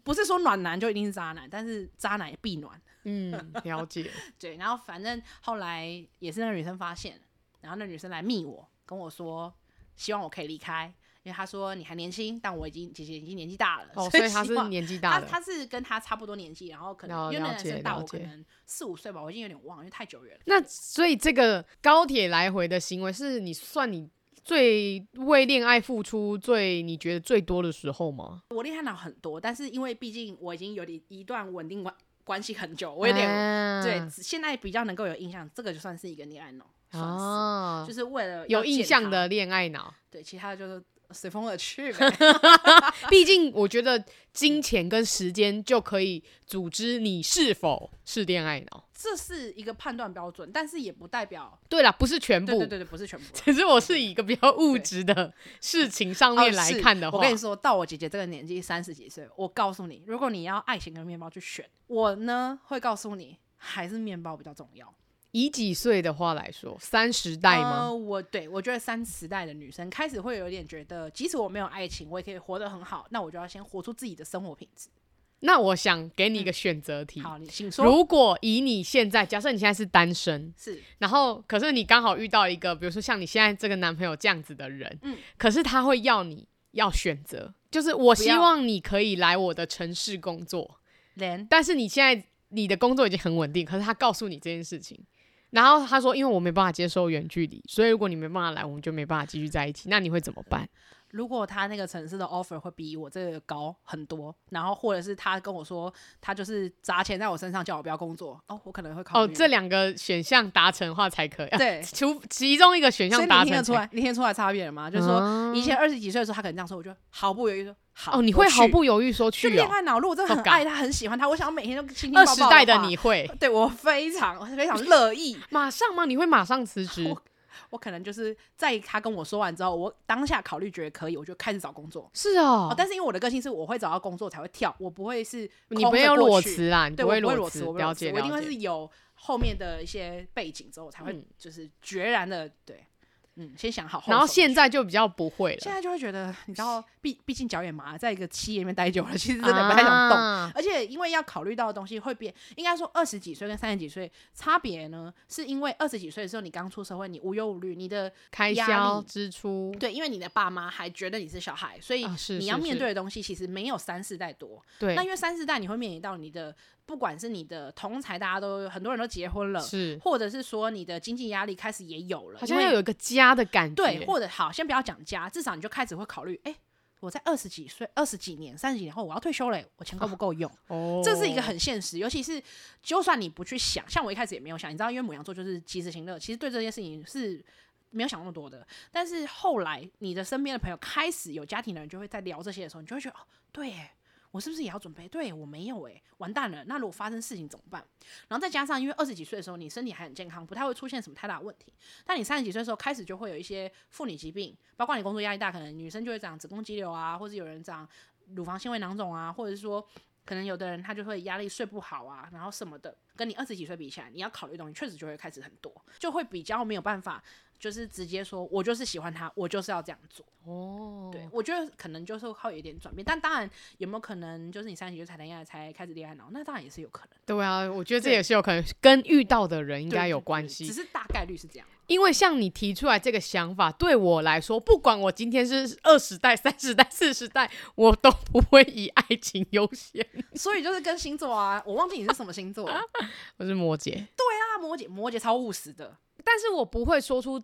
D: 不是说暖男就一定是渣男，但是渣男也必暖。
C: 嗯，了解，
D: 对，然后反正后来也是那个女生发现，然后那女生来密我，跟我说希望我可以离开，因为他说你还年轻，但我已经姐姐已经年纪大了， [laughs]
C: 哦，所以他
D: 希
C: 是
D: 望
C: 年纪大
D: 他
C: 的，
D: 他是跟他差不多年纪，然后可
C: 了
D: 能因为那
C: 了
D: 男生
C: 解
D: 大
C: 了
D: 我可
C: 解
D: 能四五岁吧，我已经有点忘了，因为太久远了。
C: 那所以这个高铁来回的行为，是你算你最为恋爱付出最你觉得最多的时候吗？
D: 我恋爱脑很多，但是因为毕竟我已经有点一段稳定关关系很久，我有点、
C: 啊
D: 对现在比较能够有印象，这个就算是一个恋爱脑，算是、
C: 啊
D: 就，是为了要
C: 有印
D: 见
C: 象
D: 他
C: 的，恋爱脑。
D: 对，其他的就是随风而
C: [laughs]
D: 去呗。
C: 毕竟我觉得金钱跟时间就可以组织你是否是恋爱脑。
D: 这是一个判断标准，但是也不代表
C: 对啦，不是全
D: 对
C: 部
D: 对，对对，不是
C: [laughs]
D: 全部啊。
C: 只是我是以一个比较物质的事情上面
D: 哦
C: 来
D: 是
C: 看的话，
D: 我跟你说，到我姐姐这个年纪，三十几岁，我告诉你，如果你要爱情跟面包去选，我呢会告诉你，还是面包比较重要。
C: 以几岁的话来说，三十代吗？
D: 呃、我对我觉得三十代的女生开始会有点觉得，即使我没有爱情，我也可以活得很好，那我就要先活出自己的生活品质。
C: 那我想给你一个选择题。
D: 好，你请说。
C: 如果以你现在，假设你现在是单身，
D: 是
C: 然后可是你刚好遇到一个，比如说像你现在这个男朋友这样子的人，
D: 嗯
C: 可是他会要你要选择，就是我
D: 不
C: 希
D: 要
C: 望你可以来我的城市工作，
D: 连
C: 但是你现在你的工作已经很稳定，可是他告诉你这件事情，然后他说，因为我没办法接受远距离，所以如果你没办法来，我们就没办法继续在一起。那你会怎么办？
D: 如果他那个城市的 offer 会比我这个高很多，然后或者是他跟我说他就是砸钱在我身上叫我不要工作，哦，我可能会考
C: 哦，
D: 虑。
C: 这两个选项达成的话才可以，
D: [laughs]
C: 啊、 [laughs]
D: 对，
C: 除其中一个选
D: 所
C: 项
D: 以
C: 达
D: 你
C: 成
D: 听得
C: 才啊
D: 出来，你听得出来差别了吗？就是说，以前二十几岁的时候，他可能这样说，我就毫不犹豫说好。
C: 哦，你会
D: 我
C: 毫
D: 去
C: 不犹豫说
D: 就
C: 去
D: 恋
C: 哦。
D: 爱脑，如果真的很
C: 好感
D: 爱他，很喜欢他，我想要每天都亲亲抱
C: 二
D: 抱
C: 十代
D: 的
C: 的
D: 话
C: 你会
D: 对我非常非常乐
C: [laughs]
D: 意，
C: 马上吗？你会马上辞
D: [laughs]
C: 职？
D: 哦我可能就是在他跟我说完之后，我当下考虑觉得可以，我就开始找工作。
C: 是哦，
D: 哦，但是因为我的个性是我会找到工作才会跳，我不会是
C: 你
D: 空
C: 没
D: 着
C: 有
D: 过
C: 裸
D: 去，
C: 辞啦，你
D: 对，
C: 会
D: 我不会
C: 裸
D: 辞，我不会
C: 了
D: 裸辞
C: 解
D: 我一定
C: 了
D: 会是
C: 解。
D: 有后面的一些背景之后，我才会
C: 嗯
D: 就是决然的对，嗯，先想好后手。
C: 然后现在就比较不会
D: 现
C: 了，
D: 在就会觉得，你知道，毕毕竟脚也麻，在一个企业里面待久了，其实真的不太想动。
C: 啊
D: 而且因为要考虑到的东西会变，应该说二十几岁跟三十几岁差别呢，是因为二十几岁的时候你刚出社会，你无忧无虑，你的
C: 开
D: 压
C: 销
D: 力
C: 支出，
D: 对，因为你的爸妈还觉得你是小孩，所以
C: 啊是
D: 你要
C: 是
D: 面
C: 是
D: 对的东西其实没有三四代多。
C: 对
D: 那因为三四代你会面临到你的，不管是你的同才，大家都很多人都结婚了，
C: 是
D: 或者是说你的经济压力开始也有了，
C: 好
D: 因
C: 像
D: 为
C: 要有一个家的感觉，
D: 对，或者好，先不要讲家，至少你就开始会考虑，哎、我在二十几岁、二十几年、三十几年后我要退休嘞，我钱够不够用？
C: 哦
D: 这是一个很现实，尤其是就算你不去想，像我一开始也没有想，你知道，因为母羊座就是及时行乐，其实对这件事情是没有想那么多的。但是后来你的身边的朋友开始有家庭的人，就会在聊这些的时候，你就会觉得哦，对耶。我是不是也要准备？对我没有诶、完蛋了！那如果发生事情怎么办？然后再加上，因为二十几岁的时候，你身体还很健康，不太会出现什么太大的问题。但你三十几岁的时候，开始就会有一些妇女疾病，包括你工作压力大，可能女生就会长子宫肌瘤啊，或者有人长乳房纤维囊肿啊，或者是说可能有的人他就会压力睡不好啊，然后什么的，跟你二十几岁比起来，你要考虑的东西确实就会开始很多，就会比较没有办法，就是直接说我就是喜欢他，我就是要这样做。
C: 哦，
D: 对，我觉得可能就是会有一点转变，但当然有没有可能就是你三十几岁才谈恋爱才开始恋爱脑，那当然也是有可能，
C: 对啊，我觉得这
D: 对
C: 也是有可能跟遇到的人应
D: 应
C: 该有关系
D: 只，是大概率是这样。
C: 因为像你提出来这个想法，对我来说，不管我今天是二十代、三十代、四十代，我都不会以爱情优先。
D: 所以就是跟星座啊，我忘记你是什么星座，啊，
C: 我是摩羯，
D: 摩羯，摩羯超务实的，
C: 但是我不会说出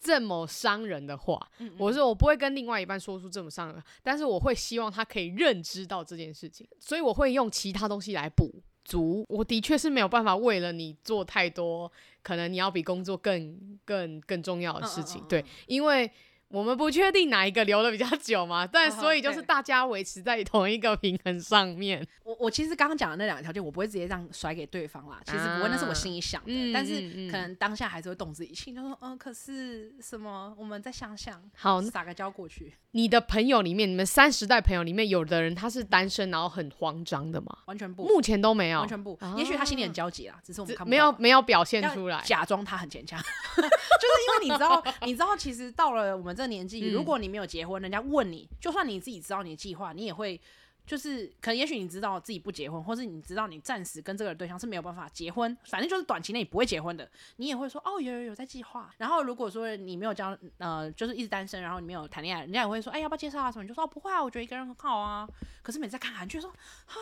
C: 这么伤人的话。
D: 嗯嗯
C: 我说我不会跟另外一半说出这么伤人的话，但是我会希望他可以认知到这件事情，所以我会用其他东西来补足。我的确是没有办法为了你做太多，可能你要比工作更更更重要的事情。
D: 嗯嗯嗯
C: 对，因为。我们不确定哪一个留的比较久嘛，但
D: 嗯哼
C: 所以就是
D: 对
C: 大家维持在同一个平衡上面。
D: 我我其实刚刚讲的那两个条件，我不会直接这样甩给对方啦，其实不会，那是我心里想的，
C: 嗯
D: 但是
C: 嗯嗯
D: 可能当下还是会动之以情，就说嗯，可是什么，我们再想想，
C: 好，
D: 撒个娇过去，
C: 你的朋友里面，你们三十代朋友里面，有的人他是单身，然后很慌张的嘛，
D: 完全不，
C: 目前都没有，
D: 完全不，也许他心里很焦急啦，只是我们
C: 只
D: 看不
C: 哦没有
D: 到
C: 没有表现
D: 要
C: 出来。
D: 假装他很坚强， [laughs] 就是因为你知道，你知道，其实到了我们这年纪，
C: 嗯
D: 如果你没有结婚，人家问你，就算你自己知道你的计划，你也会就是可能也许你知道自己不结婚，或是你知道你暂时跟这个对象是没有办法结婚，反正就是短期内你不会结婚的，你也会说哦有有有在计划。然后如果说你没有交呃就是一直单身，然后你没有谈恋爱，人家也会说哎要不要介绍啊什么，你就说哦不会啊，我觉得一个人很好啊。可是每次在看韩剧说啊。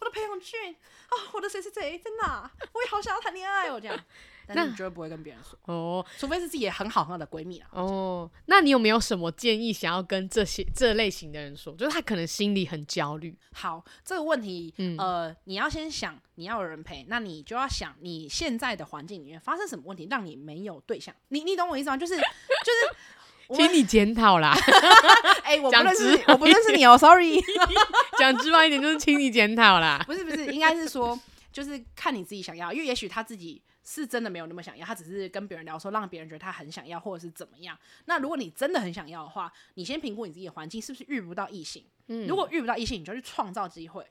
D: 我的裴勇俊啊，我的谁谁谁在哪？我也好想要谈恋爱哦，这样。但是你绝对不会跟别人说，
C: 哦
D: 除非是自己也很好很好的闺蜜啦。
C: 哦，那你有没有什么建议想要跟这些这类型的人说？就是他可能心里很焦虑，
D: 好，这个问题，
C: 嗯
D: 呃，你要先想你要有人陪，那你就要想你现在的环境里面发生什么问题，让你没有对象。你你懂我意思吗？就是就是。我
C: 请你检
D: [laughs]
C: 讨啦，
D: 哎、我不
C: 讲
D: 认
C: 直
D: 识，
C: 白
D: 我不认识你哦，sorry。 [laughs]
C: 讲直白一点就是请你检讨啦。
D: 不是不是，应该是说，就是看你自己想要，因为也许他自己是真的没有那么想要，他只是跟别人聊说，让别人觉得他很想要，或者是怎么样。那如果你真的很想要的话，你先评估你自己的环境是不是遇不到异性。
C: 嗯
D: 如果遇不到异性，你就去创造机会。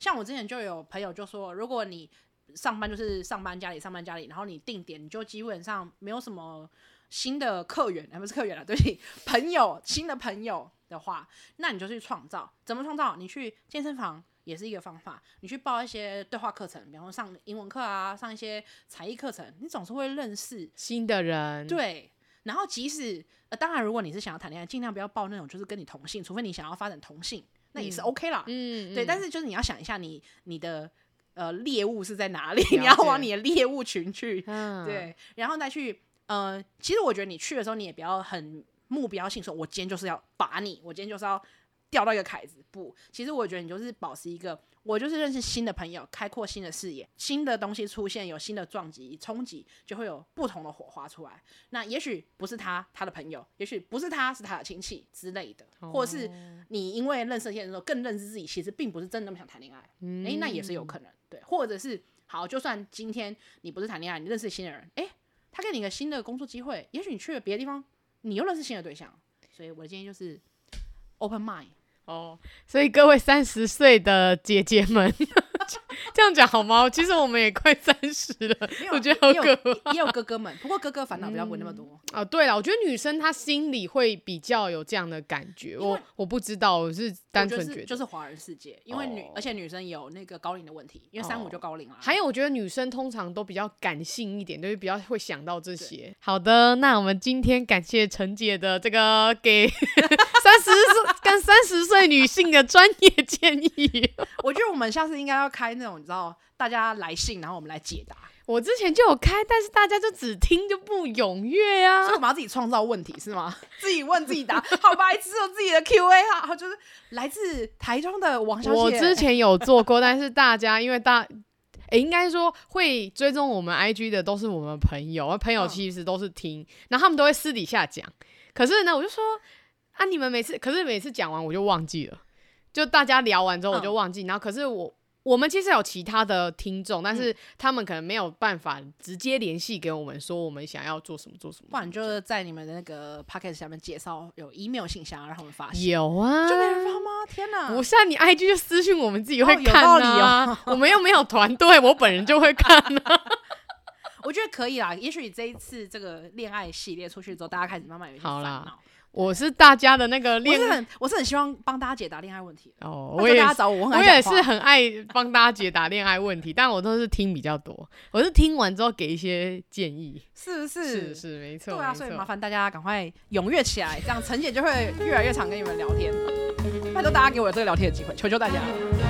D: 像我之前就有朋友就说，如果你上班就是上班家里上班家里，然后你定点，你就基本上没有什么新的客源，啊、不是客源了，对不起，朋友新的朋友的话，那你就去创造。怎么创造？你去健身房。也是一个方法，你去报一些对话课程，比方说上英文课啊，上一些才艺课程，你总是会认识
C: 新的人，，
D: 对，然后即使呃，当然，如果你是想要谈恋爱，尽量不要报那种就是跟你同性，除非你想要发展同性，那也是
C: 嗯
D: OK 啦。
C: 嗯，
D: 对，
C: 嗯
D: 但是就是你要想一下你你的呃猎物是在哪里，
C: 了
D: 你要
C: 解
D: 往你的猎物群去，
C: 嗯，
D: 对，然后再去呃，其实我觉得你去的时候，你也不要很目标性说，我今天就是要把你，我今天就是要钓到一个凯子。不，其实我觉得你就是保持一个，我就是认识新的朋友，开阔新的视野，新的东西出现，有新的撞击、冲击，就会有不同的火花出来。那也许不是他他的朋友，也许不是他是他的亲戚之类的，或者是
C: 哦
D: 你因为认识一些人之后，更认识自己，其实并不是真的那么想谈恋爱。
C: 嗯
D: 诶，那也是有可能，对，或者是好，就算今天你不是谈恋爱，你认识新的人，诶，他给你一个新的工作机会，也许你去了别的地方，你又认识新的对象，所以我的建议就是 open mind，
C: 哦，所以各位三十岁的姐姐们， [laughs] 这样讲好吗？其实我们也快三十了，
D: 没有
C: 我觉得好
D: 也有
C: 可怕。
D: 也有哥哥们，不过哥哥烦恼比较不会那么多，
C: 哦，对了，我觉得女生她心里会比较有这样的感觉，我我不知道，我是单
D: 我
C: 纯
D: 觉
C: 觉
D: 得
C: 得。
D: 是就是华人世界，因为女、而且女生有那个高龄的问题，因为三五
C: 哦
D: 就高龄了、
C: 还有，我觉得女生通常都比较感性一点，就是比较会想到这些。好的，那我们今天感谢陈姐的这个给 [laughs] 三十跟三十岁女性的专业建议。
D: 我觉得我们下次应该要开那种你知道大家来信，然后我们来解答，
C: 我之前就有开，但是大家就只听就不踊跃啊
D: 所以。我们要自己创造问题是吗？ [laughs] 自己问自己答，好白痴哦！自己的 Q&A 啊，就是来自台中的王啊小姐。
C: 我之前有做过，但是大家因为大，诶，应该说会追踪我们 IG 的都是我们朋友，而朋友
D: 嗯
C: 其实都是听，然后他们都会私底下讲。可是呢，我就说啊，你们每次，可是每次讲完我就忘记了，就大家聊完之后我就
D: 嗯
C: 忘记，然后可是我。我们其实有其他的听众，但
D: 嗯
C: 是他们可能没有办法直接联系给我们，说我们想要做什么做什么。
D: 不然就是在你们的那个 p o c k e t 下面介绍有 email 信箱，让他们发现，
C: 有啊，
D: 就没人发吗？天哪！
C: 不是啊，你 IG 就私信我们自己会
D: 哦有
C: 看
D: 道理
C: 啊，我们又没有团队，我本人就会看啊。
D: 我觉得可以啦。也许这一次这个恋爱系列出去之后，大家开始慢慢有一些
C: 好
D: 烦
C: 啦
D: 恼。
C: 我是大家的那个
D: 我
C: 恋
D: 是很，我是很希望帮大家解答恋爱问题的。
C: 哦，
D: 那
C: 我
D: 时候
C: 也
D: 大家
C: 是
D: 找我，我很
C: 我
D: 爱讲
C: 也是
D: 话
C: 很爱帮大家解答恋爱问题，但我都是听比较多，我是听完之后给一些建议。
D: 是不
C: 是
D: 是？
C: 是，没错，
D: 对啊，
C: 没
D: 所以
C: 错
D: 麻烦大家赶快踊跃起来，这样陈姐就会越来越常跟你们聊天。拜托大家给我这个聊天的机会，求求大家了。